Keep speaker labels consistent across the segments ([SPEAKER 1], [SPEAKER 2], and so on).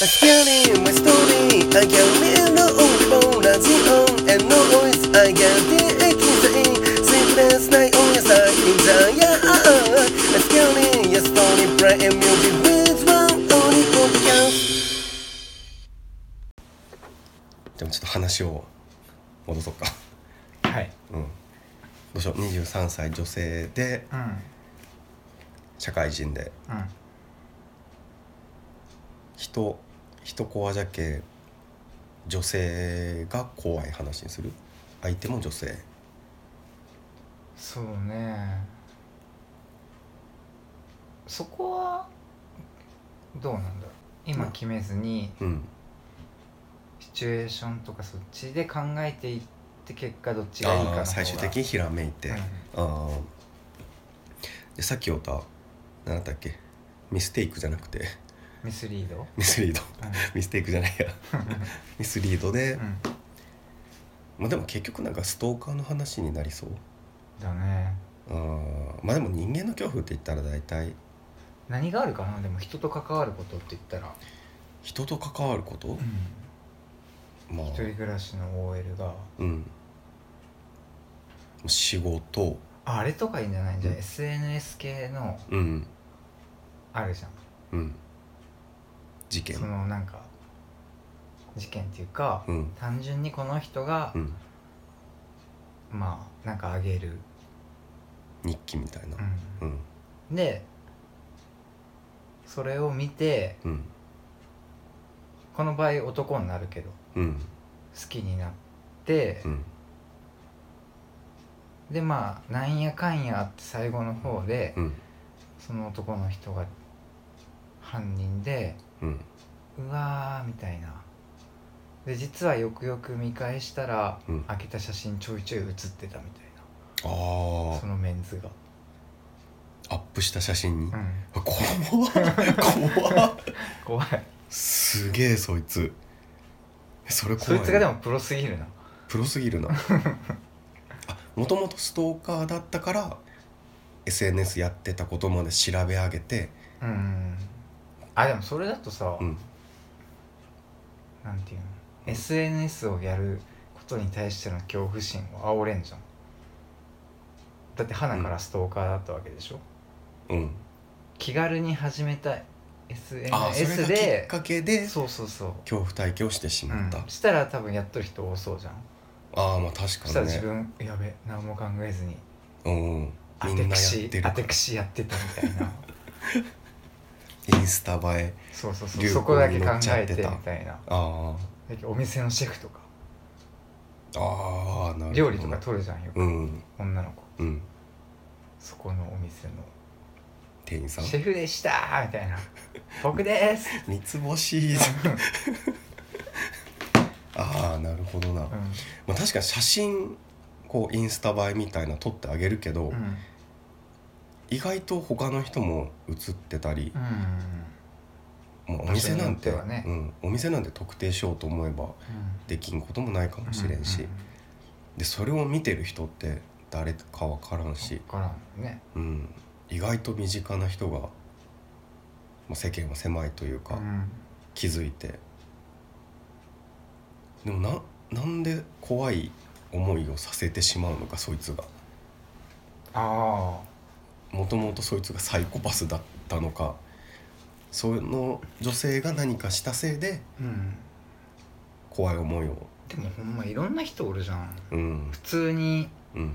[SPEAKER 1] That's getting my story. I got little only bonus on and no voice. I got the exciting sleepless night oh, on your side. In the yeah, uh, that's getting your story. Bright and music with one only podcast. でもちょっと話を戻そうか。
[SPEAKER 2] はい
[SPEAKER 1] うん。どうしよう。23歳女性で
[SPEAKER 2] うん
[SPEAKER 1] 社会人で
[SPEAKER 2] うん
[SPEAKER 1] 人人怖じゃけ女性が怖い話にする相手も女性
[SPEAKER 2] そうねそこはどうなんだろう今決めずに
[SPEAKER 1] うん
[SPEAKER 2] シチュエーションとかそっちで考えていって結果どっち
[SPEAKER 1] あ
[SPEAKER 2] がいいかの方
[SPEAKER 1] ー
[SPEAKER 2] が
[SPEAKER 1] 最終的にひらめいて、
[SPEAKER 2] うん
[SPEAKER 1] ああーでさっき言った何だったっけミステイクじゃなくて
[SPEAKER 2] ミスリード、
[SPEAKER 1] ミスリード
[SPEAKER 2] うん
[SPEAKER 1] ミステイクじゃないやミスリードで、
[SPEAKER 2] うん、
[SPEAKER 1] まあでも結局なんかストーカーの話になりそう
[SPEAKER 2] だね
[SPEAKER 1] あーまあでも人間の恐怖って言ったら大体
[SPEAKER 2] 何があるかなでも人と関わることって言ったら、
[SPEAKER 1] 人と関わること、まあ
[SPEAKER 2] 一人暮らしの OL が
[SPEAKER 1] うん仕事
[SPEAKER 2] ああれとかいいんじゃないじゃあ、
[SPEAKER 1] うん
[SPEAKER 2] SNS 系の
[SPEAKER 1] うん
[SPEAKER 2] あるじゃん
[SPEAKER 1] うん事件
[SPEAKER 2] そのなんか事件っていうか、
[SPEAKER 1] うん
[SPEAKER 2] 単純にこの人が
[SPEAKER 1] う、ん
[SPEAKER 2] まあなんかあげる、
[SPEAKER 1] 日記みたいな
[SPEAKER 2] う
[SPEAKER 1] うん
[SPEAKER 2] ん、でそれを見て
[SPEAKER 1] うん
[SPEAKER 2] この場合男になるけど
[SPEAKER 1] うん
[SPEAKER 2] 好きになって
[SPEAKER 1] う、ん
[SPEAKER 2] でまあなんやかんやあって最後の方で、
[SPEAKER 1] うん
[SPEAKER 2] その男の人が犯人で
[SPEAKER 1] うん
[SPEAKER 2] うわーみたいなで実はよくよく見返したら、
[SPEAKER 1] うん
[SPEAKER 2] 開けた写真ちょいちょい写ってたみ
[SPEAKER 1] あ
[SPEAKER 2] たいなそ
[SPEAKER 1] ー
[SPEAKER 2] のメンズが、
[SPEAKER 1] アップした写真に
[SPEAKER 2] うん、
[SPEAKER 1] 怖っ怖っ
[SPEAKER 2] 怖い
[SPEAKER 1] すげえそいつえそれ
[SPEAKER 2] そ
[SPEAKER 1] 怖い
[SPEAKER 2] い
[SPEAKER 1] な
[SPEAKER 2] つがでもプロすぎるな
[SPEAKER 1] プロすぎる なあもともとストーカーだったから SNS やってたことまで調べ上げて
[SPEAKER 2] うんあでもそれだとさ、
[SPEAKER 1] うん
[SPEAKER 2] なんていう
[SPEAKER 1] う
[SPEAKER 2] の、
[SPEAKER 1] ん
[SPEAKER 2] SNS をやることに対しての恐怖心を煽れんじゃんだって花からストーカーだったわけでしょ、
[SPEAKER 1] うん
[SPEAKER 2] 気軽に始めたい
[SPEAKER 1] あーそ
[SPEAKER 2] SNS
[SPEAKER 1] れがきっかけ
[SPEAKER 2] で
[SPEAKER 1] で
[SPEAKER 2] そうそうそう
[SPEAKER 1] 恐怖体験をしてし
[SPEAKER 2] う
[SPEAKER 1] ま
[SPEAKER 2] ん
[SPEAKER 1] った、、
[SPEAKER 2] したら多分やっとる人多そうじゃん
[SPEAKER 1] ああまあ確
[SPEAKER 2] そした
[SPEAKER 1] からに
[SPEAKER 2] 自
[SPEAKER 1] ね
[SPEAKER 2] 分やべ何も考えずに
[SPEAKER 1] うん
[SPEAKER 2] あ
[SPEAKER 1] み
[SPEAKER 2] て
[SPEAKER 1] ん
[SPEAKER 2] く
[SPEAKER 1] なやっ
[SPEAKER 2] して
[SPEAKER 1] る
[SPEAKER 2] あ
[SPEAKER 1] から
[SPEAKER 2] てくしやってたみたいな
[SPEAKER 1] インスタ映え
[SPEAKER 2] そうそうそう
[SPEAKER 1] 流行
[SPEAKER 2] そこだけ考
[SPEAKER 1] に乗っちゃ
[SPEAKER 2] え
[SPEAKER 1] ってて
[SPEAKER 2] み
[SPEAKER 1] た
[SPEAKER 2] たいな
[SPEAKER 1] あ
[SPEAKER 2] だけどお店のシェフとか
[SPEAKER 1] あああなるほど
[SPEAKER 2] 料理とか取るじゃんよく、
[SPEAKER 1] うん
[SPEAKER 2] 女の子
[SPEAKER 1] うん
[SPEAKER 2] そこのお店の
[SPEAKER 1] 店員さん
[SPEAKER 2] シェフでしたーみたいな「僕です!
[SPEAKER 1] 三つ星ああなるほどな、ま
[SPEAKER 2] う
[SPEAKER 1] あ、確かに写真こうインスタ映えみたいな撮ってあげるけど、
[SPEAKER 2] ん」うん
[SPEAKER 1] 意外と他の人も写ってたり
[SPEAKER 2] う、ん
[SPEAKER 1] まあ、お店なんて
[SPEAKER 2] 場所によって
[SPEAKER 1] うん、お店なんて特定しようと思えばできんこともないか
[SPEAKER 2] う
[SPEAKER 1] も
[SPEAKER 2] ん
[SPEAKER 1] しれんし、
[SPEAKER 2] う
[SPEAKER 1] でそれを見てる人って誰かわからんし
[SPEAKER 2] わ、からんね
[SPEAKER 1] うん、意外と身近な人が、まあ、世間は狭いというか、
[SPEAKER 2] うん
[SPEAKER 1] 気づいてでもななんで怖い思いをさせてしまうのかそいつが
[SPEAKER 2] あ
[SPEAKER 1] もともとそいつがサイコパスだったのかその女性が何かしたせいで
[SPEAKER 2] あうん
[SPEAKER 1] 怖い思いを
[SPEAKER 2] でもほんまいろんな人おるじゃん
[SPEAKER 1] うん
[SPEAKER 2] 普通に
[SPEAKER 1] うん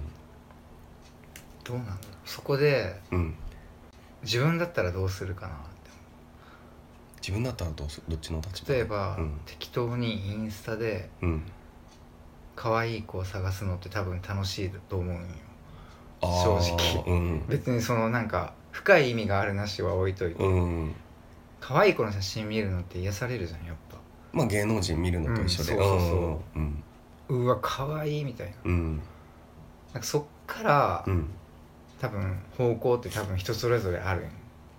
[SPEAKER 2] どうなんだろうそこで
[SPEAKER 1] うん
[SPEAKER 2] 自分だったらどうするかなって
[SPEAKER 1] 自分だったらどうすどっちの立場
[SPEAKER 2] 例えば、
[SPEAKER 1] うん
[SPEAKER 2] 適当にインスタで
[SPEAKER 1] うん
[SPEAKER 2] 可愛い子を探すのって多分楽しいと思うんよ
[SPEAKER 1] あー
[SPEAKER 2] 正直
[SPEAKER 1] うん
[SPEAKER 2] 別にそのなんか深い意味があるなしは置いといて、
[SPEAKER 1] うん
[SPEAKER 2] 可愛い子の写真見るのって癒されるじゃんやっぱ
[SPEAKER 1] まあ芸能人見るのと一緒で
[SPEAKER 2] うんそうそうそう
[SPEAKER 1] うん
[SPEAKER 2] うわ可愛いみたいな
[SPEAKER 1] うん
[SPEAKER 2] なんかそっから、
[SPEAKER 1] うん
[SPEAKER 2] 多分方向って多分人それぞれあるんよ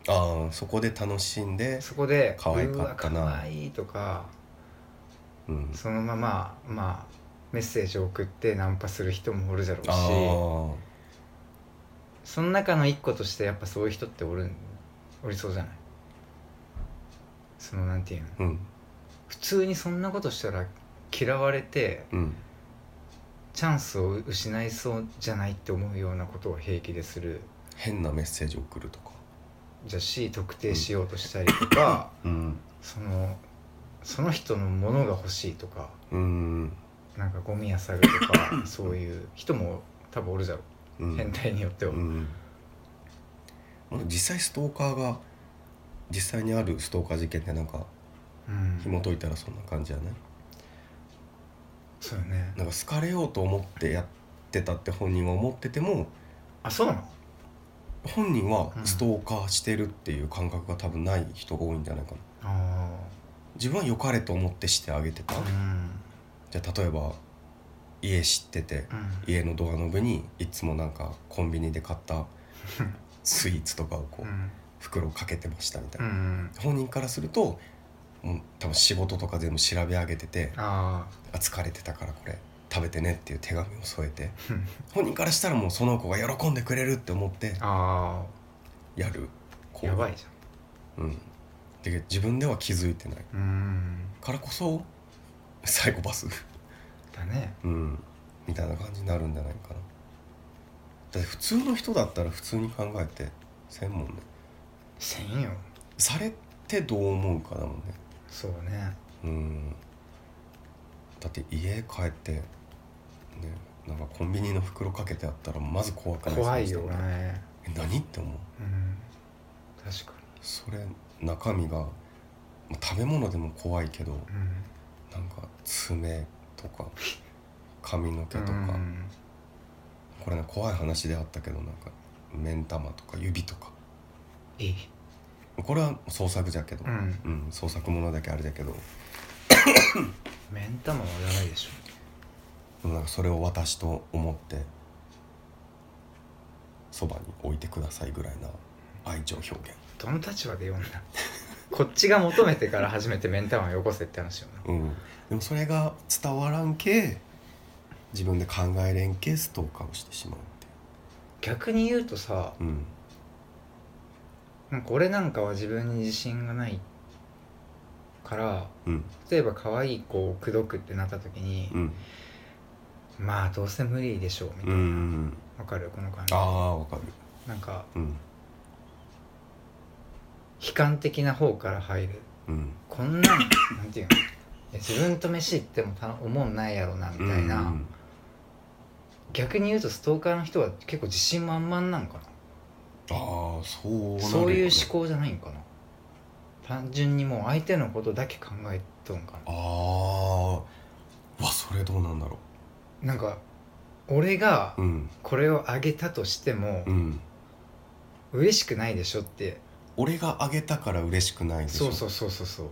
[SPEAKER 1] ああそこで楽しんで、
[SPEAKER 2] そこで
[SPEAKER 1] 可愛かったな
[SPEAKER 2] うわ可愛いとか
[SPEAKER 1] うん、
[SPEAKER 2] そのまままあメッセージを送ってナンパする人もおるじゃろうし
[SPEAKER 1] ああ
[SPEAKER 2] その中の一個としてやっぱそういう人っておるんおりそうじゃないそのなんていうの
[SPEAKER 1] うん
[SPEAKER 2] 普通にそんなことしたら嫌われて
[SPEAKER 1] うん
[SPEAKER 2] チャンスを失いそうじゃないって思うようなことを平気でする
[SPEAKER 1] 変なメッセージ送るとか
[SPEAKER 2] じゃし特定しようとしたりとか、
[SPEAKER 1] うん
[SPEAKER 2] そのその人のものが欲しいとか
[SPEAKER 1] うん
[SPEAKER 2] なんかゴミ漁るとかそういう人も多分おるじゃろ
[SPEAKER 1] うん
[SPEAKER 2] 変態によっては、
[SPEAKER 1] うん、実際ストーカーが実際にあるストーカー事件ってなんか
[SPEAKER 2] うん
[SPEAKER 1] 紐解いたらそんな感じじゃない
[SPEAKER 2] そうよね
[SPEAKER 1] なんか好かれようと思ってやってたって本人は思ってても
[SPEAKER 2] あそうなの
[SPEAKER 1] 本人は
[SPEAKER 2] うん
[SPEAKER 1] ストーカーしてるっていう感覚が多分ない人が多いんじゃないかな
[SPEAKER 2] あ
[SPEAKER 1] 自分は良かれと思ってしてあげてた
[SPEAKER 2] あうん
[SPEAKER 1] じゃあ例えば家知ってて
[SPEAKER 2] うん
[SPEAKER 1] 家のドアの上にいつもなんかコンビニで買ったスイーツとかをこ
[SPEAKER 2] う
[SPEAKER 1] うん袋をかけてましたみたいな
[SPEAKER 2] うんうん
[SPEAKER 1] 本人からするともう多分仕事とか全部調べ上げてて
[SPEAKER 2] あ
[SPEAKER 1] あ疲れてたからこれ食べてねっていう手紙を添えて
[SPEAKER 2] うん
[SPEAKER 1] 本人からしたらもうその子が喜んでくれるって思って
[SPEAKER 2] ああ
[SPEAKER 1] やる子
[SPEAKER 2] あやばいじ
[SPEAKER 1] うんで自分では気づいてない
[SPEAKER 2] ゃんうん
[SPEAKER 1] からこそサイコパス
[SPEAKER 2] だね
[SPEAKER 1] うんみたいな感じになるんじゃないかなだって普通の人だったら普通に考えて専門ね
[SPEAKER 2] せんよ
[SPEAKER 1] されてどう思うかだもんね
[SPEAKER 2] そうね
[SPEAKER 1] うんだって家帰ってねなんかコンビニの袋かけてあったらまず怖くない
[SPEAKER 2] 怖いよ
[SPEAKER 1] その人
[SPEAKER 2] ね
[SPEAKER 1] え何って思う
[SPEAKER 2] うん確か
[SPEAKER 1] それ中身がまあ食べ物でも怖いけど
[SPEAKER 2] にう
[SPEAKER 1] な
[SPEAKER 2] ん
[SPEAKER 1] んか爪とか髪の毛とか、
[SPEAKER 2] うん
[SPEAKER 1] これね怖い話であったけどなんか目ん玉とか指とか
[SPEAKER 2] いい
[SPEAKER 1] これは創作じゃけど、
[SPEAKER 2] うん
[SPEAKER 1] うん創作ものだけあれだけど
[SPEAKER 2] 目ん玉はやばいでしょ
[SPEAKER 1] でもなんかそれを私と思ってそばに置いてくださいぐらいな愛情表現
[SPEAKER 2] どの立場で読んだこっちが求めてから初めてメンタマンよこせって話よな
[SPEAKER 1] うんでもそれが伝わらんけ自分で考えれんけストーカーをしてしまうって
[SPEAKER 2] 逆に言うとさ
[SPEAKER 1] いううん
[SPEAKER 2] なんか俺なんかは自分に自信がないから
[SPEAKER 1] うん
[SPEAKER 2] 例えば可愛い子を口説くってなった時に
[SPEAKER 1] う、ん
[SPEAKER 2] まあどうせ無理でしょうみたい
[SPEAKER 1] うんう
[SPEAKER 2] なわ、
[SPEAKER 1] ん
[SPEAKER 2] かるこの感じ
[SPEAKER 1] ああわかる
[SPEAKER 2] なんか
[SPEAKER 1] うん
[SPEAKER 2] 悲観的な方から入る
[SPEAKER 1] うん
[SPEAKER 2] こんなんなんていうのいや自分と飯行ってもた思んないやろなみたいな、
[SPEAKER 1] うん
[SPEAKER 2] 逆に言うとストーカーの人は結構自信満々なんかな
[SPEAKER 1] ああそうなるよね
[SPEAKER 2] そういう思考じゃないんかな単純にもう相手のことだけ考えとんか
[SPEAKER 1] ああうわそれどうなんだろ
[SPEAKER 2] ななんか俺が
[SPEAKER 1] ううん
[SPEAKER 2] これをあげたとしても
[SPEAKER 1] うん
[SPEAKER 2] 嬉しくないでしょって
[SPEAKER 1] 俺があげたから嬉しくないでしょ
[SPEAKER 2] そうそうそうそうそう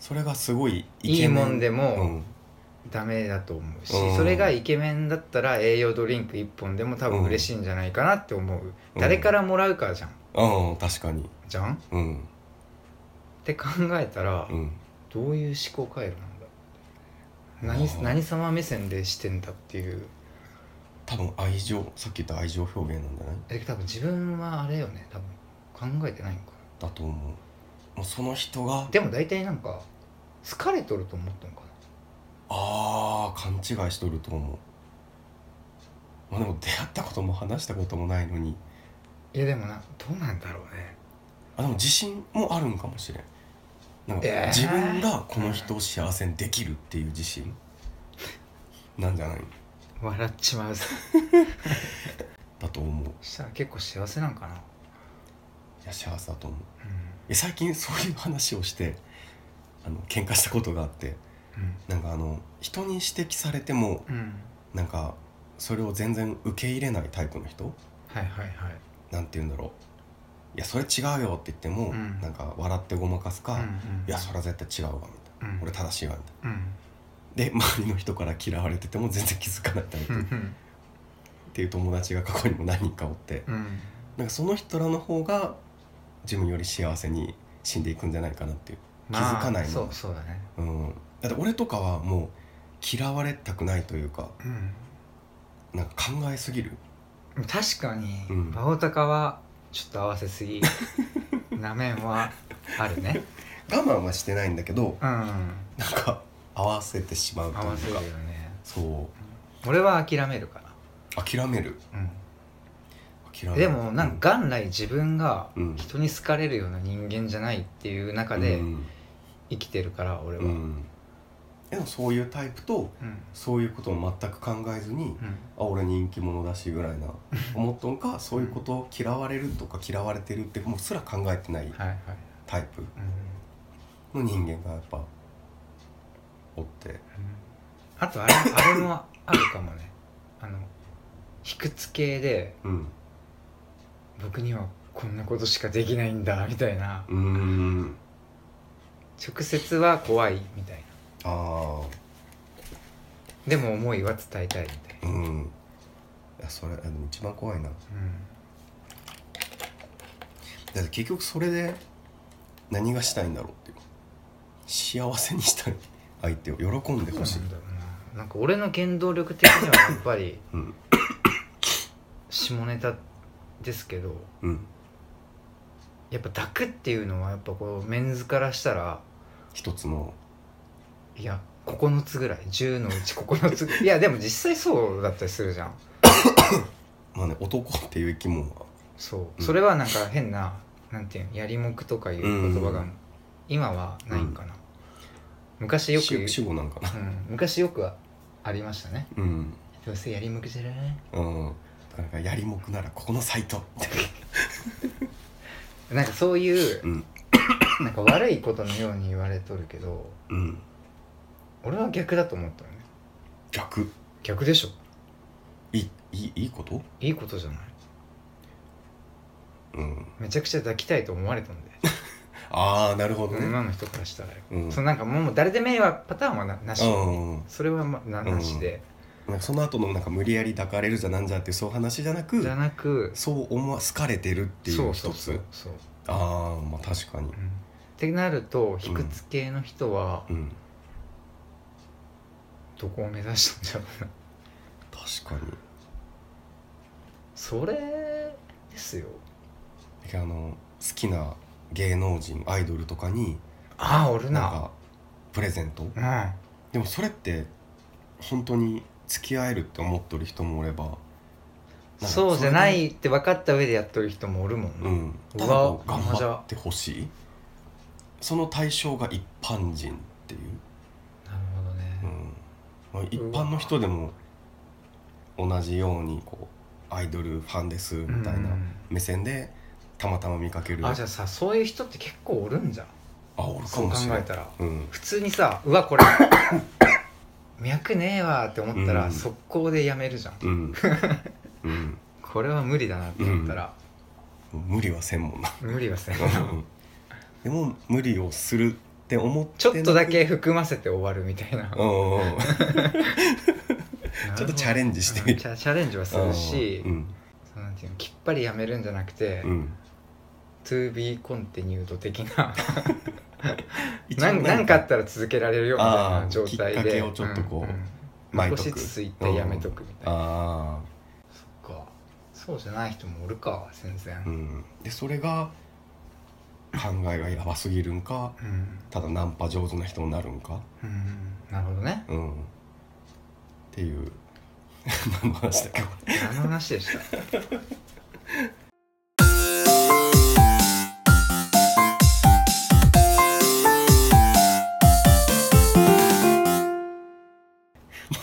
[SPEAKER 1] それがすごいイ
[SPEAKER 2] い
[SPEAKER 1] ケ
[SPEAKER 2] い
[SPEAKER 1] メン
[SPEAKER 2] もんで
[SPEAKER 1] う
[SPEAKER 2] も
[SPEAKER 1] ん
[SPEAKER 2] ダメだと思うし、
[SPEAKER 1] うん
[SPEAKER 2] それがイケメンだったら栄養ドリンク1本でも多分嬉しいんじゃないかなって思う、
[SPEAKER 1] うん
[SPEAKER 2] 誰からもらうかじゃん
[SPEAKER 1] うん確かに
[SPEAKER 2] じゃんっ
[SPEAKER 1] うん
[SPEAKER 2] て考えたら、
[SPEAKER 1] うん
[SPEAKER 2] どういう思考回路なんだ
[SPEAKER 1] あー
[SPEAKER 2] 何何様目線でしてんだっていう
[SPEAKER 1] 多分愛情さっき言った愛情表現なんじゃない
[SPEAKER 2] え多分自分はあれよね多分考えてないのか
[SPEAKER 1] だと思うもうその人が
[SPEAKER 2] なでも大体なんか好かれとると思ったのか
[SPEAKER 1] ああ勘違いしとると思うまあでも出会ったことも話したこともないのに
[SPEAKER 2] ないやでもなどうなんだろうね
[SPEAKER 1] あでも自信もあるんかもしれんなんか
[SPEAKER 2] えー
[SPEAKER 1] 自分がこの人を幸せにできるっていう自信なんじゃない
[SPEAKER 2] 笑っちまうぞ
[SPEAKER 1] だと思うい
[SPEAKER 2] そしたら結構幸せなんかな
[SPEAKER 1] や幸せだと思う
[SPEAKER 2] う
[SPEAKER 1] え最近そういう話をしてあの喧嘩したことがあってなんかあの人に指摘されても
[SPEAKER 2] んうん、うん、
[SPEAKER 1] なんかそれを全然受け入れないタイプの人
[SPEAKER 2] はいはいはい
[SPEAKER 1] なんて言うんだろういやそれ違うよって言っても、
[SPEAKER 2] うん
[SPEAKER 1] なんか笑ってごまかすか、
[SPEAKER 2] うんうん
[SPEAKER 1] いやそれは絶対違うわみたい
[SPEAKER 2] うん
[SPEAKER 1] な俺正しいわみたい
[SPEAKER 2] う
[SPEAKER 1] な
[SPEAKER 2] ん
[SPEAKER 1] で 周りの人から嫌われてても全然気づかないタイプ
[SPEAKER 2] う
[SPEAKER 1] っ
[SPEAKER 2] ん
[SPEAKER 1] ていう友達が過去にも何人かおって
[SPEAKER 2] うん
[SPEAKER 1] なんかその人らの方が自分より幸せに死んでいくんじゃないかなっていう、気づかない
[SPEAKER 2] まあ
[SPEAKER 1] の
[SPEAKER 2] そうそうだね
[SPEAKER 1] うん、だって俺とかはもう嫌われたくないというか
[SPEAKER 2] うん
[SPEAKER 1] なんか考えすぎる
[SPEAKER 2] 確かに、
[SPEAKER 1] うん
[SPEAKER 2] バオタカはちょっと合わせすぎな面はあるね
[SPEAKER 1] 我慢はしてないんだけど
[SPEAKER 2] うん
[SPEAKER 1] なんか合わせてしまうと
[SPEAKER 2] 合わせ
[SPEAKER 1] い
[SPEAKER 2] る
[SPEAKER 1] う
[SPEAKER 2] よ
[SPEAKER 1] か
[SPEAKER 2] ね
[SPEAKER 1] そう
[SPEAKER 2] 俺は諦めるか
[SPEAKER 1] 諦める
[SPEAKER 2] な、うん
[SPEAKER 1] 諦める
[SPEAKER 2] でもなんか元来自分が
[SPEAKER 1] うん
[SPEAKER 2] 人に好かれるような人間じゃないっていう中で
[SPEAKER 1] うん
[SPEAKER 2] 生きてるから俺は、
[SPEAKER 1] う
[SPEAKER 2] うん
[SPEAKER 1] んでもそういうタイプとそういうことを全く考えずに
[SPEAKER 2] うん
[SPEAKER 1] あ俺人気者だしぐらいな思っとんかそういうことを嫌われるとか嫌われてるってもうすら考えてない
[SPEAKER 2] はいはい、
[SPEAKER 1] タイプ
[SPEAKER 2] うん
[SPEAKER 1] の人間がやっぱおって
[SPEAKER 2] あとあれあれもあるかもね あの卑屈系で
[SPEAKER 1] うん
[SPEAKER 2] 僕にはこんなことしかできないんだみたいな
[SPEAKER 1] うーん
[SPEAKER 2] 直接は怖いみたいな
[SPEAKER 1] あ
[SPEAKER 2] でも思いは伝えたいみたい
[SPEAKER 1] あうんいやそれあでも一番怖いな
[SPEAKER 2] な、
[SPEAKER 1] だって結局それで何がしたいんだろうっていう幸せにしたい相手を喜んで
[SPEAKER 2] うん、
[SPEAKER 1] ほしい
[SPEAKER 2] なんだろうななんか俺の原動力的にはやっぱり
[SPEAKER 1] うん
[SPEAKER 2] 下ネタですけど
[SPEAKER 1] うん
[SPEAKER 2] やっぱ抱くっていうのはやっぱこうメンズからしたら
[SPEAKER 1] 一つの
[SPEAKER 2] いや9つぐらい10のうち9つぐ らいいやでも実際そうだったりするじゃん
[SPEAKER 1] まあね男っていう生き物は
[SPEAKER 2] そう、
[SPEAKER 1] うん
[SPEAKER 2] それはなんか変ななんていうのやりもくとかいう言葉が、
[SPEAKER 1] うん
[SPEAKER 2] 今はないんかな、昔よく言う、
[SPEAKER 1] 主語なんかな
[SPEAKER 2] うん、昔よくありましたね
[SPEAKER 1] うん
[SPEAKER 2] どうせやりもくじゃない
[SPEAKER 1] うんなんかやりもくならここのサイトみたい
[SPEAKER 2] なんかそういう
[SPEAKER 1] なうん
[SPEAKER 2] なんか悪いことのように言われとるけど
[SPEAKER 1] うん
[SPEAKER 2] 俺は逆だと思ったのね
[SPEAKER 1] 逆
[SPEAKER 2] 逆でしょ
[SPEAKER 1] いいいいいいこと
[SPEAKER 2] いいことじゃない
[SPEAKER 1] うん
[SPEAKER 2] めちゃくちゃ抱きたいと思われたんで
[SPEAKER 1] ああなるほどね
[SPEAKER 2] 今の人からしたらよ、
[SPEAKER 1] うん
[SPEAKER 2] そのなんかもう誰でもいいわパターンはななし、
[SPEAKER 1] うん
[SPEAKER 2] それはまななしで、
[SPEAKER 1] なんかその後のなんか無理やり抱かれるじゃなんじゃっていうそういう話じゃなく
[SPEAKER 2] じゃなく
[SPEAKER 1] そう思わ好かれてるってい
[SPEAKER 2] そうう
[SPEAKER 1] 一
[SPEAKER 2] そうそ
[SPEAKER 1] つ
[SPEAKER 2] うそう
[SPEAKER 1] ああまあ確かに
[SPEAKER 2] うんってなると卑屈系の人は
[SPEAKER 1] うん
[SPEAKER 2] どこを目指したんじゃろうな
[SPEAKER 1] 確かに
[SPEAKER 2] それですよ
[SPEAKER 1] であの好きな芸能人アイドルとかに
[SPEAKER 2] ああおる
[SPEAKER 1] なん
[SPEAKER 2] な
[SPEAKER 1] かプレゼント
[SPEAKER 2] うんあ
[SPEAKER 1] でもそれって本当に付き合えるって思ってる人もおればなんか
[SPEAKER 2] そうじゃないって分かった上でやってる人もおるもん
[SPEAKER 1] う
[SPEAKER 2] ね、
[SPEAKER 1] ん
[SPEAKER 2] う
[SPEAKER 1] た
[SPEAKER 2] わ
[SPEAKER 1] だこう
[SPEAKER 2] ほ
[SPEAKER 1] 頑
[SPEAKER 2] んまじゃ
[SPEAKER 1] 張ってほしいその対象が一般人っていう、
[SPEAKER 2] なるほどね、
[SPEAKER 1] うんまあ、一般の人でも同じようにこうアイドルファンですみたいな目線でたまたま見かける
[SPEAKER 2] あじゃあさそういう人って結構おるんじゃん
[SPEAKER 1] あおるか
[SPEAKER 2] そう
[SPEAKER 1] も
[SPEAKER 2] 考
[SPEAKER 1] しれな
[SPEAKER 2] え
[SPEAKER 1] い
[SPEAKER 2] たら
[SPEAKER 1] うん
[SPEAKER 2] 普通にさうわこれ 脈ねえわって思った
[SPEAKER 1] う
[SPEAKER 2] ら
[SPEAKER 1] ん
[SPEAKER 2] 速攻でやめるじゃん、
[SPEAKER 1] うん うん
[SPEAKER 2] これは無理だなって思ったら、
[SPEAKER 1] 無理はせんもんな
[SPEAKER 2] 無理はせん
[SPEAKER 1] でも無理をするって思って
[SPEAKER 2] ちょっとだけ含ませて終わるみたいな
[SPEAKER 1] うんうんうん ちょっとチャレ
[SPEAKER 2] ン
[SPEAKER 1] ンジしてみる
[SPEAKER 2] チャチャレンジはするし、
[SPEAKER 1] うん
[SPEAKER 2] そのなんていうのきっぱりやめるんじゃなくて、
[SPEAKER 1] うん、
[SPEAKER 2] to be continued 的な
[SPEAKER 1] 一応
[SPEAKER 2] なんなんかあったら続けられるよみたいな状態
[SPEAKER 1] あーきっか
[SPEAKER 2] で
[SPEAKER 1] けをちょっとこう
[SPEAKER 2] 巻
[SPEAKER 1] 巻いと
[SPEAKER 2] いと
[SPEAKER 1] く
[SPEAKER 2] く少しついてやめとくみたいな、
[SPEAKER 1] あ
[SPEAKER 2] そっかそうじゃない人もおるか全
[SPEAKER 1] あう
[SPEAKER 2] 然
[SPEAKER 1] んでそれが考えがやばすぎるんか
[SPEAKER 2] うん、
[SPEAKER 1] ただナンパ上手な人になるんか
[SPEAKER 2] うん、なるほどね
[SPEAKER 1] うんっていう 何の話だっけ
[SPEAKER 2] 何の話でした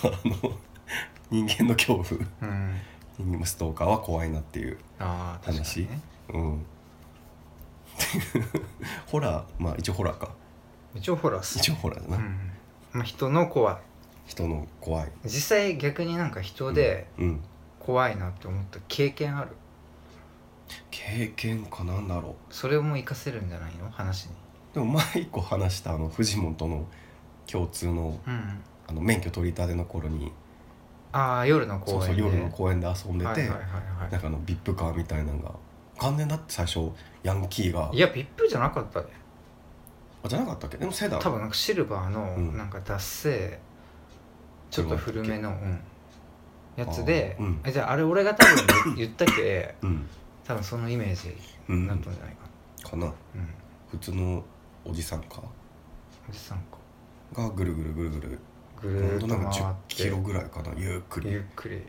[SPEAKER 1] まああの人間の恐怖
[SPEAKER 2] うん
[SPEAKER 1] 人間もストーカーは怖いなっていう
[SPEAKER 2] ああ確かにね
[SPEAKER 1] うん っていうホラーまあ一応ホラーか
[SPEAKER 2] 一応ホラーっす
[SPEAKER 1] 一応ホラーだな、
[SPEAKER 2] うんまあ、人の怖い
[SPEAKER 1] 人の怖い
[SPEAKER 2] 実際逆になんか人で
[SPEAKER 1] うん
[SPEAKER 2] 怖いなって思った経験ある
[SPEAKER 1] 経験かなんだろう
[SPEAKER 2] それも活かせるんじゃないの話に
[SPEAKER 1] でも前一個話したあのフジモンとの共通の
[SPEAKER 2] うん
[SPEAKER 1] あの免許取り立ての頃に
[SPEAKER 2] ああ夜の
[SPEAKER 1] そう
[SPEAKER 2] 公
[SPEAKER 1] そう
[SPEAKER 2] 園で
[SPEAKER 1] 夜の公園で遊んでて、
[SPEAKER 2] はいはいはい
[SPEAKER 1] な
[SPEAKER 2] は
[SPEAKER 1] んかあのビップカーみたいなのが完全だって最初ヤンキーが
[SPEAKER 2] いいやピップじゃなかったね
[SPEAKER 1] あじゃなかったっけでもセダン
[SPEAKER 2] 多分なんかシルバーの
[SPEAKER 1] うん
[SPEAKER 2] なんか脱製ちょっと古めの、うんやつで、
[SPEAKER 1] あーうん
[SPEAKER 2] えじゃああれ俺が多分言ったけ
[SPEAKER 1] うん、
[SPEAKER 2] 多分そのイメージ
[SPEAKER 1] うん
[SPEAKER 2] になったんじゃないか
[SPEAKER 1] かな
[SPEAKER 2] な、うん
[SPEAKER 1] 普通のおじさんか
[SPEAKER 2] おじさんか
[SPEAKER 1] がぐるぐるぐるぐる
[SPEAKER 2] ぐ
[SPEAKER 1] ほん
[SPEAKER 2] るー
[SPEAKER 1] と
[SPEAKER 2] っ
[SPEAKER 1] な
[SPEAKER 2] と
[SPEAKER 1] んか
[SPEAKER 2] 回
[SPEAKER 1] 10
[SPEAKER 2] って
[SPEAKER 1] キロぐらいかなゆっく
[SPEAKER 2] ゆ
[SPEAKER 1] り
[SPEAKER 2] っくり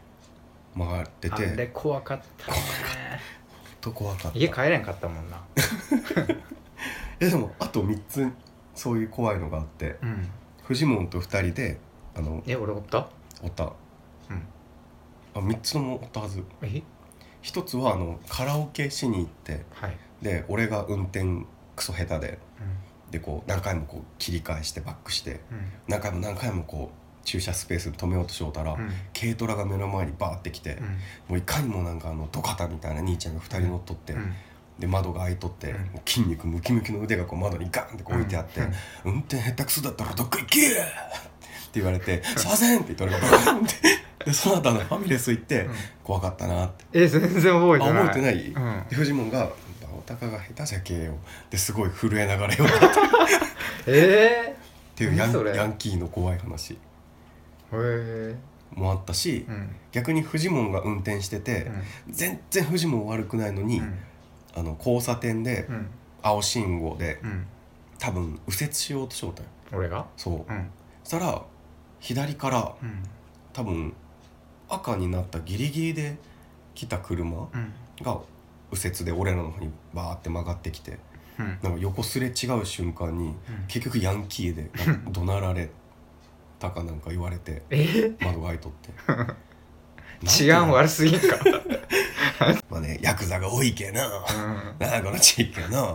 [SPEAKER 1] 回ってて
[SPEAKER 2] あれ怖かったね
[SPEAKER 1] ほんと怖かった
[SPEAKER 2] 家帰れんかったもんな
[SPEAKER 1] えでもあと3つそういう怖いのがあって
[SPEAKER 2] うん
[SPEAKER 1] フジモンと2人であの
[SPEAKER 2] え俺おった
[SPEAKER 1] おった
[SPEAKER 2] うん
[SPEAKER 1] あ3つともおったはず
[SPEAKER 2] え
[SPEAKER 1] 1つはあのカラオケしに行って
[SPEAKER 2] はい、
[SPEAKER 1] で俺が運転クソ下手で
[SPEAKER 2] う
[SPEAKER 1] でこう何回もこう切り返してバックして
[SPEAKER 2] んうん
[SPEAKER 1] 何回も何回もこう駐車スペース止めようとしようたら、
[SPEAKER 2] うん
[SPEAKER 1] 軽トラが目の前にバーって来て、
[SPEAKER 2] う
[SPEAKER 1] も
[SPEAKER 2] ん
[SPEAKER 1] ういかにもなんかあのドカタみたいな兄ちゃんが2人乗っとって、
[SPEAKER 2] うん
[SPEAKER 1] で窓が開いとって、
[SPEAKER 2] うん
[SPEAKER 1] もう筋肉ムキムキの腕がこう窓にガンってこう置いてあって「
[SPEAKER 2] うん
[SPEAKER 1] 運転下手くそだったらどっか行け!」って言われて「すいません!」って言って俺がバーンってでその後あのファミレス行って、
[SPEAKER 2] うん
[SPEAKER 1] 怖かったなって。
[SPEAKER 2] え全然覚
[SPEAKER 1] あ
[SPEAKER 2] えてない
[SPEAKER 1] 覚えてない、
[SPEAKER 2] うん
[SPEAKER 1] でフジモンが「バオタカが下手じゃけえよ」ですごい震えながらよっ
[SPEAKER 2] え
[SPEAKER 1] ていうヤ
[SPEAKER 2] 何それ
[SPEAKER 1] ンヤンキーの怖い話
[SPEAKER 2] ー、へ
[SPEAKER 1] もあったし、
[SPEAKER 2] えうん
[SPEAKER 1] 逆にフジモンが運転してて、全然フジモン悪くないの
[SPEAKER 2] う
[SPEAKER 1] に、
[SPEAKER 2] ん
[SPEAKER 1] あの交差点で
[SPEAKER 2] うん
[SPEAKER 1] 青信号で
[SPEAKER 2] うん
[SPEAKER 1] 多分右折しようとしようたんよ
[SPEAKER 2] 俺が
[SPEAKER 1] そう
[SPEAKER 2] うん
[SPEAKER 1] そしたら左から
[SPEAKER 2] うん
[SPEAKER 1] 多分赤になったギリギリで来た車
[SPEAKER 2] うん
[SPEAKER 1] が右折で俺らの方にバーって曲がってきて
[SPEAKER 2] うん
[SPEAKER 1] なんか横すれ違う瞬間に結局ヤンキーでなん か怒鳴られたかなんか言われて
[SPEAKER 2] えー、
[SPEAKER 1] 窓が開いと って。
[SPEAKER 2] 治安
[SPEAKER 1] わ
[SPEAKER 2] 悪すぎんか、
[SPEAKER 1] まあねヤクザが多いけな
[SPEAKER 2] う
[SPEAKER 1] なあこの地域やな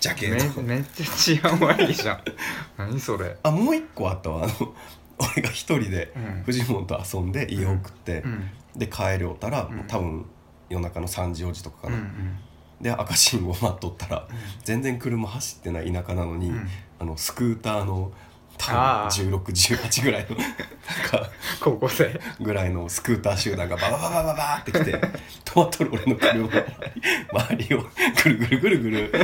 [SPEAKER 1] じゃけ
[SPEAKER 2] ん、
[SPEAKER 1] えな
[SPEAKER 2] めめっちゃ治安悪いじゃん 何それ
[SPEAKER 1] あもう一個あったわあの俺が一人で
[SPEAKER 2] うん
[SPEAKER 1] フジモンと遊んで家送って
[SPEAKER 2] う、ん
[SPEAKER 1] で帰りおったら、
[SPEAKER 2] うん
[SPEAKER 1] もう多分夜中の3時4時とかか
[SPEAKER 2] うんう
[SPEAKER 1] な、
[SPEAKER 2] ん
[SPEAKER 1] で赤信号待っとったら全然車走ってない田舎なのに、
[SPEAKER 2] うん
[SPEAKER 1] あのスクーターの
[SPEAKER 2] あ
[SPEAKER 1] 多
[SPEAKER 2] ー
[SPEAKER 1] 分1618ぐらいのなんか
[SPEAKER 2] 高校生
[SPEAKER 1] ぐらいのスクーター集団がババババババーって来て止まっとる俺の車が周りをぐるぐるぐるぐる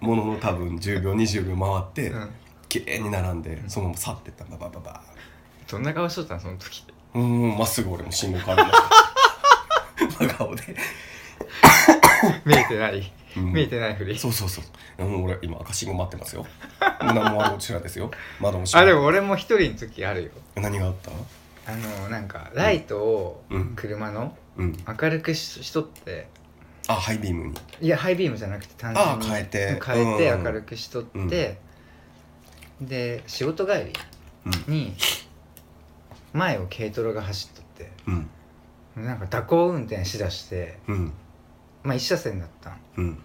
[SPEAKER 1] ものの多分10秒20秒回って、
[SPEAKER 2] うん
[SPEAKER 1] 綺麗に並んで
[SPEAKER 2] うん
[SPEAKER 1] そのまま去ってったババババー
[SPEAKER 2] どんな顔しとったんその時
[SPEAKER 1] うんまっすぐ俺も信号変わりました真顔で、
[SPEAKER 2] 見えてない
[SPEAKER 1] うん
[SPEAKER 2] 見えてないふり
[SPEAKER 1] そうそうそうもう俺今赤信号待ってますよ何も悪いこちらですよ窓も閉
[SPEAKER 2] あ
[SPEAKER 1] ま
[SPEAKER 2] で
[SPEAKER 1] る
[SPEAKER 2] も俺も一人の時あるよ
[SPEAKER 1] 何があった
[SPEAKER 2] あのなんかライトを
[SPEAKER 1] うん
[SPEAKER 2] 車の
[SPEAKER 1] うん
[SPEAKER 2] 明るくししとって
[SPEAKER 1] あハイビームに
[SPEAKER 2] いやハイビームじゃなくて単
[SPEAKER 1] あ
[SPEAKER 2] 純に
[SPEAKER 1] 変えて
[SPEAKER 2] 変えて
[SPEAKER 1] うん
[SPEAKER 2] 明るくしとって、で仕事帰りに前を軽トラが走っとって
[SPEAKER 1] うん
[SPEAKER 2] なんか蛇行運転しだして
[SPEAKER 1] うん
[SPEAKER 2] まあ一車線だったん
[SPEAKER 1] うん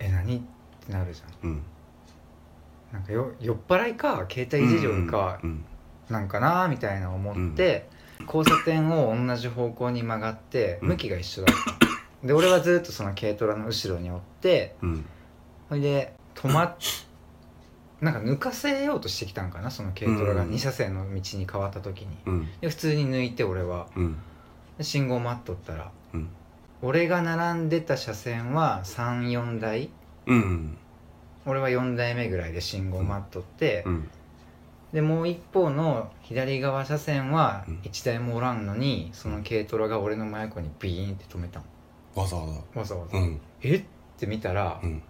[SPEAKER 2] え何ってなるじゃん
[SPEAKER 1] うん
[SPEAKER 2] なんかよ酔っ払いか携帯いじるよりか
[SPEAKER 1] うん
[SPEAKER 2] なんかなーみたいな思って、交差点を同じ方向に曲がって
[SPEAKER 1] うん
[SPEAKER 2] 向きが一緒だった、で俺はずっとその軽トラの後ろにおって
[SPEAKER 1] うん
[SPEAKER 2] ほいで止まっなんか抜かせようとしてきたんかなその軽トラが
[SPEAKER 1] うん
[SPEAKER 2] 2車線の道に変わった時に
[SPEAKER 1] うん
[SPEAKER 2] で普通に抜いて俺は
[SPEAKER 1] うん
[SPEAKER 2] で信号待っとったら
[SPEAKER 1] うん
[SPEAKER 2] 俺が並んでた車線は34台
[SPEAKER 1] うん
[SPEAKER 2] 俺は4台目ぐらいで信号待っとって、
[SPEAKER 1] うん
[SPEAKER 2] でもう一方の左側車線は
[SPEAKER 1] うん
[SPEAKER 2] 1台もおらんのに、その軽トラが俺の真横にビーンって止めたの
[SPEAKER 1] わざわざ
[SPEAKER 2] わざわざ、
[SPEAKER 1] うん
[SPEAKER 2] えって見たら、
[SPEAKER 1] うん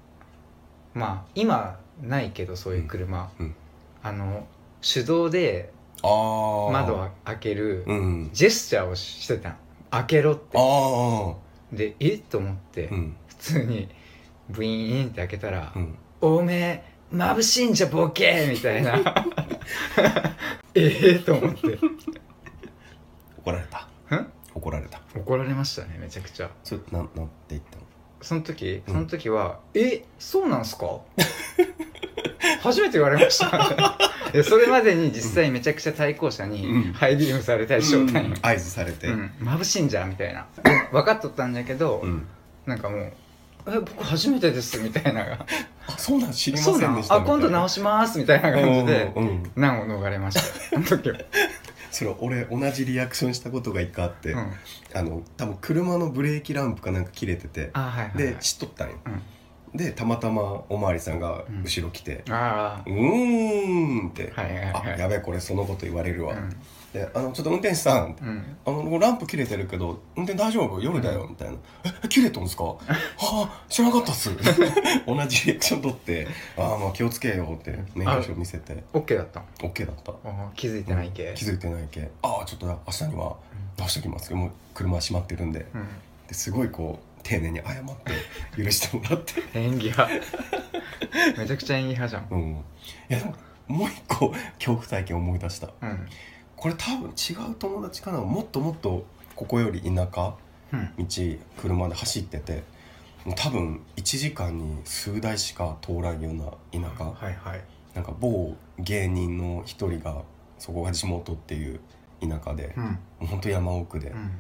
[SPEAKER 2] まあ今ないけどそういう車、
[SPEAKER 1] うんうん
[SPEAKER 2] あの手動で
[SPEAKER 1] ああ
[SPEAKER 2] 窓を開ける
[SPEAKER 1] うん
[SPEAKER 2] ジェスチャーをしてたの開けろって
[SPEAKER 1] ああ
[SPEAKER 2] でえっと思って、
[SPEAKER 1] うん
[SPEAKER 2] 普通にブイーンって開けたら「
[SPEAKER 1] うん
[SPEAKER 2] おめえ眩しいんじゃボケ!」みた いなええと思って
[SPEAKER 1] 怒られた
[SPEAKER 2] ん
[SPEAKER 1] 怒られた
[SPEAKER 2] 怒られましたねめちゃくちゃ
[SPEAKER 1] それなんなんて言ったの
[SPEAKER 2] その時
[SPEAKER 1] うん
[SPEAKER 2] その時は「えそうなんすか? 」 初めて言われました いやそれまでに実際めちゃくちゃ対向車
[SPEAKER 1] うん
[SPEAKER 2] にハイビームされたりしようたんよ、
[SPEAKER 1] 合図されて
[SPEAKER 2] うん眩しいんじゃんみたいなで分かっとったんだけど、
[SPEAKER 1] うん
[SPEAKER 2] なんかもう「え僕初めてです」みたいなが
[SPEAKER 1] あそうなん知
[SPEAKER 2] 「
[SPEAKER 1] りま
[SPEAKER 2] そう
[SPEAKER 1] せ
[SPEAKER 2] なんの
[SPEAKER 1] でした
[SPEAKER 2] あ今度直
[SPEAKER 1] し
[SPEAKER 2] します」みたいな感じで
[SPEAKER 1] うんうん
[SPEAKER 2] 難を逃れましたあの 時は、
[SPEAKER 1] それ俺同じリアクションしたことが一回あって、
[SPEAKER 2] うん、
[SPEAKER 1] あの多分車のブレーキランプかなんか切れてて
[SPEAKER 2] あはいはいはい
[SPEAKER 1] で知っとったんよ、
[SPEAKER 2] うん
[SPEAKER 1] でたまたまおまわりさんが後ろ来て
[SPEAKER 2] あ
[SPEAKER 1] 「うーん」って
[SPEAKER 2] あはいはい
[SPEAKER 1] あ
[SPEAKER 2] はい
[SPEAKER 1] やべえこれそのこと言われるわ」
[SPEAKER 2] うん
[SPEAKER 1] であのちょっと運転手さん」
[SPEAKER 2] うん
[SPEAKER 1] あのランプ切れてるけど運転大丈夫夜だよ」みたいな「え切れたん ですか? 」はあ知らなかったっす」 同じリアクション取って「ああまあ気をつけよ」って免許証見せて
[SPEAKER 2] オッケーだったの
[SPEAKER 1] OK だった
[SPEAKER 2] あー気づいてないけ
[SPEAKER 1] 気づいてないけああちょっと明日には出しときますもう車閉まってるんで
[SPEAKER 2] うん
[SPEAKER 1] ですごいこう丁寧に謝って 許してもらって
[SPEAKER 2] 演技派めちゃくちゃ演技派じゃん
[SPEAKER 1] うんいやでももう一個恐怖体験思い出した
[SPEAKER 2] うん
[SPEAKER 1] これ多分違う友達かなもっともっとここより田舎
[SPEAKER 2] うん
[SPEAKER 1] 道車で走っててもう多分1時間に数台しか通らんような田舎
[SPEAKER 2] はいはい
[SPEAKER 1] なんか某芸人の一人がそこが地元っていう田舎で
[SPEAKER 2] う、ん
[SPEAKER 1] もうほんと山奥で、
[SPEAKER 2] うん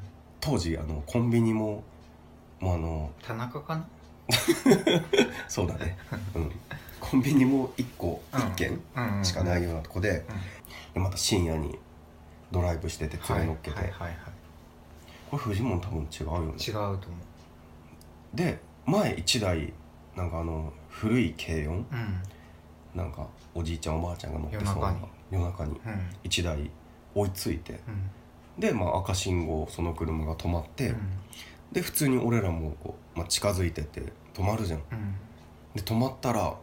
[SPEAKER 1] 当時あのコンビニももうあ の
[SPEAKER 2] 田中かな
[SPEAKER 1] そうだね、うん、コンビニも1個
[SPEAKER 2] うん
[SPEAKER 1] 1軒
[SPEAKER 2] うんうん
[SPEAKER 1] しかないようなとこで,、
[SPEAKER 2] うん
[SPEAKER 1] でまた深夜にドライブしてて連れ乗っけて、
[SPEAKER 2] はいはいはいは
[SPEAKER 1] これフジモン多分違うよね
[SPEAKER 2] い違うと思う
[SPEAKER 1] で前1台なんかあの古い軽音
[SPEAKER 2] うん
[SPEAKER 1] なんかおじいちゃんおばあちゃんが乗ってそうな夜中に
[SPEAKER 2] うん
[SPEAKER 1] 1台追いついて
[SPEAKER 2] うん
[SPEAKER 1] で、まあ、赤信号その車が止まって、
[SPEAKER 2] うん
[SPEAKER 1] で普通に俺らもこう、まあ、近づいてって止まるじゃん
[SPEAKER 2] うん
[SPEAKER 1] で止まったら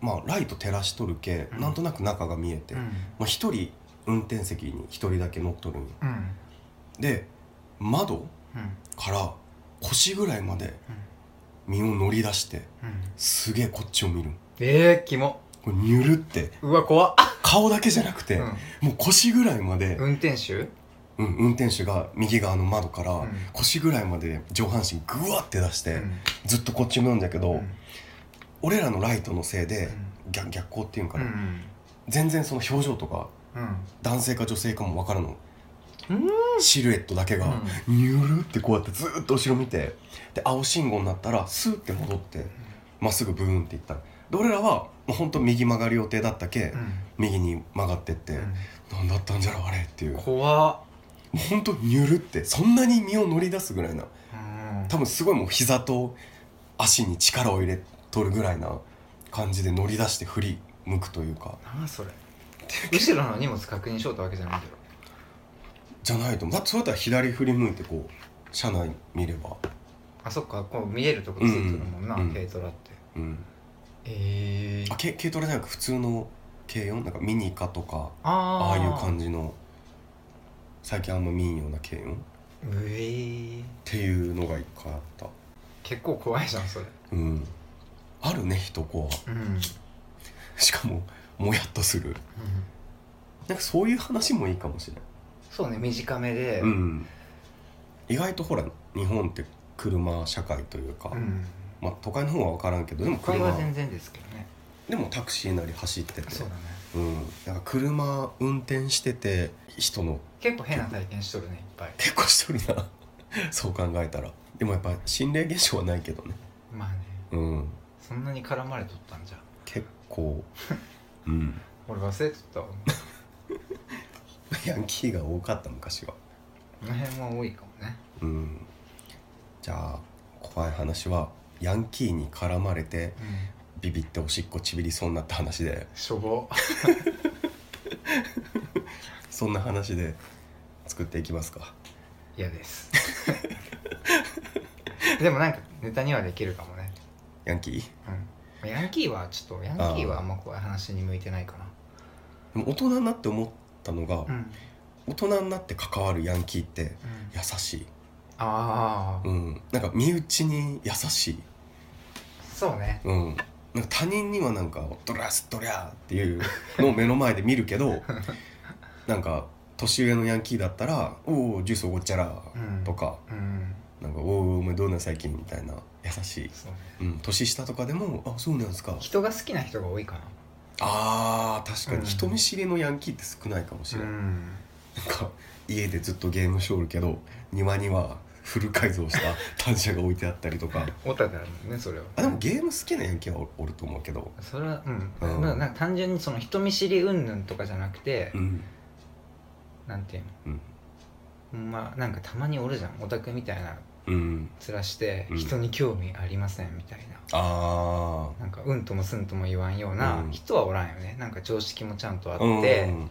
[SPEAKER 1] まあライト照らしとるけ、
[SPEAKER 2] うん
[SPEAKER 1] なんとなく中が見えて、
[SPEAKER 2] うん
[SPEAKER 1] まあ、1人運転席に1人だけ乗っとるんよ
[SPEAKER 2] うん
[SPEAKER 1] で窓
[SPEAKER 2] うん
[SPEAKER 1] から腰ぐらいまで身を乗り出して
[SPEAKER 2] うん
[SPEAKER 1] すげえこっちを見るん
[SPEAKER 2] えーキモ
[SPEAKER 1] これニュルって
[SPEAKER 2] うわ怖っ
[SPEAKER 1] 顔だけじゃなくて、
[SPEAKER 2] うん
[SPEAKER 1] もう腰ぐらいまで、
[SPEAKER 2] 運転手
[SPEAKER 1] うん運転手が右側の窓から、
[SPEAKER 2] うん
[SPEAKER 1] 腰ぐらいまで上半身グワって出して、
[SPEAKER 2] うん
[SPEAKER 1] ずっとこっち向うんだけど、
[SPEAKER 2] うん
[SPEAKER 1] 俺らのライトのせいで、
[SPEAKER 2] う
[SPEAKER 1] 逆逆光っていうんか
[SPEAKER 2] う
[SPEAKER 1] な、
[SPEAKER 2] ん
[SPEAKER 1] 全然その表情とか
[SPEAKER 2] うん
[SPEAKER 1] 男性か女性かも分からんの
[SPEAKER 2] うん
[SPEAKER 1] シルエットだけが、ニュルってこうやってずーっと後ろ見てで青信号になったらスーって戻ってまっすぐブーンっていったので俺らはもうほんと右曲がる予定だったけ、
[SPEAKER 2] うん
[SPEAKER 1] 右に曲がってって、なんだったんじゃろあれっていうも
[SPEAKER 2] 怖っ
[SPEAKER 1] うほんとニュルってそんなに身を乗り出すぐらいな
[SPEAKER 2] うん
[SPEAKER 1] 多分すごいもう膝と足に力を入れとるぐらいな感じで乗り出して振り向くというか
[SPEAKER 2] なあそれ後ろの荷物確認しようってわけじゃないんだよ
[SPEAKER 1] じゃないと思うだってそうやったら左振り向いてこう車内見れば
[SPEAKER 2] あそっかこう見えるとこついてるもんな、
[SPEAKER 1] うんうん
[SPEAKER 2] 軽トラって
[SPEAKER 1] うん
[SPEAKER 2] え
[SPEAKER 1] あ軽軽トラじゃなく普通の軽音なんかミニカとかあ
[SPEAKER 2] あ
[SPEAKER 1] あいう感
[SPEAKER 2] じ
[SPEAKER 1] じの最近あんま見んような軽音っ
[SPEAKER 2] うえー
[SPEAKER 1] ていうのが一回あった
[SPEAKER 2] 結構怖いじゃんそれ
[SPEAKER 1] うんあるね人こは
[SPEAKER 2] うん、うん、
[SPEAKER 1] しかももやっとするなんかそういう話もいいかもしれない
[SPEAKER 2] そうね短めで
[SPEAKER 1] うん、意外とほら日本って車社会というか、
[SPEAKER 2] うん
[SPEAKER 1] まあ、都会の方は分からんけどでも
[SPEAKER 2] 都会は
[SPEAKER 1] 車
[SPEAKER 2] 全然ですけどね
[SPEAKER 1] でもタクシーなり走ってて
[SPEAKER 2] そうだね
[SPEAKER 1] うん、なんか車運転してて人の
[SPEAKER 2] 結構変な体験しとるねいっぱい
[SPEAKER 1] 結構しとるな そう考えたらでもやっぱ心霊現象はないけどね
[SPEAKER 2] まあね
[SPEAKER 1] うん
[SPEAKER 2] そんなに絡まれとったんじゃ
[SPEAKER 1] 結構うん
[SPEAKER 2] 俺忘れとったわ
[SPEAKER 1] ヤンキーが多かった昔は
[SPEAKER 2] この辺は多いかもね
[SPEAKER 1] うんじゃあ怖い話はヤンキーに絡まれて
[SPEAKER 2] うん
[SPEAKER 1] ビビっておしっこちびりそうになった話で
[SPEAKER 2] しょ ぼ
[SPEAKER 1] そんな話で作っていきますか。
[SPEAKER 2] 嫌です でもなんかネタにはできるかもね
[SPEAKER 1] ヤンキー
[SPEAKER 2] うん、ヤンキーはちょっとヤンキーはあんま怖い話に向いてないか
[SPEAKER 1] でも大人になって思ったのが、
[SPEAKER 2] なうん、うん、
[SPEAKER 1] 大人になって関わるヤンキーって優しい。
[SPEAKER 2] ああ、
[SPEAKER 1] うん。なんか身内に優しい。
[SPEAKER 2] そうね
[SPEAKER 1] うん。なんか他人にはなんかドラスドリャーっていうのを目の前で見るけど、なんか年上のヤンキーだったら、おおジュースおごっちゃら
[SPEAKER 2] うん
[SPEAKER 1] とか、
[SPEAKER 2] うん
[SPEAKER 1] なんかおおお前どうなん最近みたいな優しい。
[SPEAKER 2] そうね
[SPEAKER 1] うん。年下とかでも、あそうなんですか。
[SPEAKER 2] 人が好きな人が多いか
[SPEAKER 1] あー確か
[SPEAKER 2] うん
[SPEAKER 1] に人見知りのヤンキーって少ないかもし
[SPEAKER 2] な
[SPEAKER 1] れ
[SPEAKER 2] う
[SPEAKER 1] ない。
[SPEAKER 2] ん
[SPEAKER 1] なんか家でずっとゲームしょおるけど庭にはフル改造した単車が置いてあったりとか
[SPEAKER 2] おたであるもんねそれは
[SPEAKER 1] あでもゲーム好きなヤンキーはおおると思うけど
[SPEAKER 2] それはうん、
[SPEAKER 1] うん
[SPEAKER 2] まあなんか単純にその人見知り云々とかじゃなくて、
[SPEAKER 1] うん
[SPEAKER 2] なんていう
[SPEAKER 1] うん
[SPEAKER 2] のまあなんかたまにおるじゃんオタクみたいな
[SPEAKER 1] うん
[SPEAKER 2] ずらして
[SPEAKER 1] うん
[SPEAKER 2] 人に興味ありませんみたいな、
[SPEAKER 1] あ
[SPEAKER 2] なんかうんともすんとも言わんような
[SPEAKER 1] うん
[SPEAKER 2] 人はおらんよねなんか常識もちゃんとあっ
[SPEAKER 1] あ
[SPEAKER 2] て、
[SPEAKER 1] うん、なんか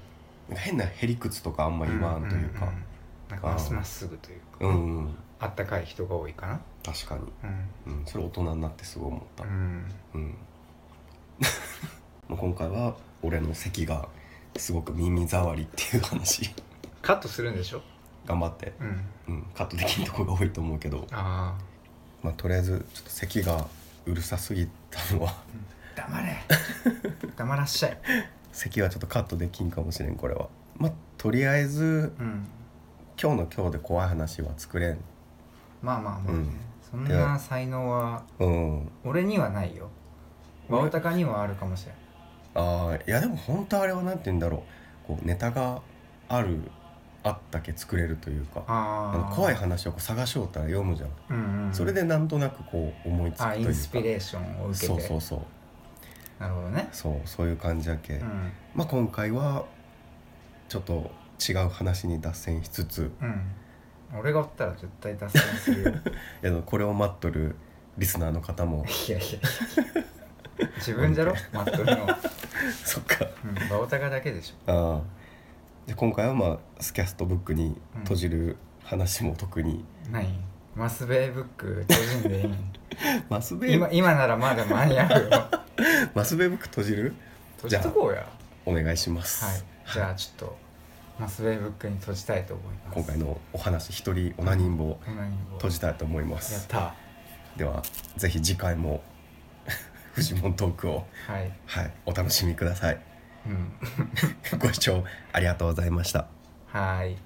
[SPEAKER 1] 変なへりくつとかあんま言わんというか
[SPEAKER 2] んんんなんかまっ
[SPEAKER 1] あー
[SPEAKER 2] まっすぐというか、
[SPEAKER 1] うん、うん
[SPEAKER 2] あったかい人が多いかな
[SPEAKER 1] 確かに、
[SPEAKER 2] うん、
[SPEAKER 1] うん、それ大人になってすごい思った、
[SPEAKER 2] うん、
[SPEAKER 1] うん、 もう今回は俺の席がすごく耳障りっていう話
[SPEAKER 2] カットするんでしょ
[SPEAKER 1] 頑張って、
[SPEAKER 2] うん
[SPEAKER 1] うん、カットできるとこが多いと思うけど、
[SPEAKER 2] ああ
[SPEAKER 1] まあ、とりあえずちょっと席がうるさすぎたのは
[SPEAKER 2] 黙れ 黙らっしゃい
[SPEAKER 1] 席はちょっとカットできんかもしれんこれはまあとりあえず
[SPEAKER 2] うん
[SPEAKER 1] 今日の今日で怖い話は作れん
[SPEAKER 2] まあまあまあね、
[SPEAKER 1] うん
[SPEAKER 2] そんな才能は
[SPEAKER 1] うん
[SPEAKER 2] 俺にはないよわおたかにはあるかもしれん
[SPEAKER 1] あーいやでも本当あれはなんて言うんだろうこうネタがあるあったけ作れるというかあ
[SPEAKER 2] あ
[SPEAKER 1] の
[SPEAKER 2] あ
[SPEAKER 1] 怖い話をこう探しよったら読むじゃん、
[SPEAKER 2] うん、うん、
[SPEAKER 1] それでなんとなくこう思いつく
[SPEAKER 2] あ
[SPEAKER 1] とい
[SPEAKER 2] イ
[SPEAKER 1] うか
[SPEAKER 2] ンスピレーションを受けて
[SPEAKER 1] そうそうそう
[SPEAKER 2] なるほどね
[SPEAKER 1] そうそういう感じやけ、
[SPEAKER 2] うん
[SPEAKER 1] まあ今回はちょっと違う話に脱線しつつ
[SPEAKER 2] うん俺がおったら絶対脱線す るよ
[SPEAKER 1] いやこれを待っとるリスナーの方 も
[SPEAKER 2] いやいやいや自分じゃろマットの
[SPEAKER 1] そっか
[SPEAKER 2] うんバオタカだけでし
[SPEAKER 1] あ
[SPEAKER 2] ょ
[SPEAKER 1] あで今回はまあスキャストブックに閉じる話も特に、
[SPEAKER 2] 何マスベイブック閉じん でいいん
[SPEAKER 1] マスベ
[SPEAKER 2] 今今ならまだ間に合うよ
[SPEAKER 1] マスベブック閉じる
[SPEAKER 2] 閉じとこうや
[SPEAKER 1] お願いします、
[SPEAKER 2] はいじゃあちょっとマスベイブックに閉じたいと思います
[SPEAKER 1] 今回のお話一人オナニンボ
[SPEAKER 2] 隣にも
[SPEAKER 1] 閉じたいと思いま
[SPEAKER 2] やっ
[SPEAKER 1] す
[SPEAKER 2] た
[SPEAKER 1] ではぜひ次回も フジモントークを、
[SPEAKER 2] はい
[SPEAKER 1] はい、お楽しみください
[SPEAKER 2] うん
[SPEAKER 1] ご視聴ありがとうございました
[SPEAKER 2] はい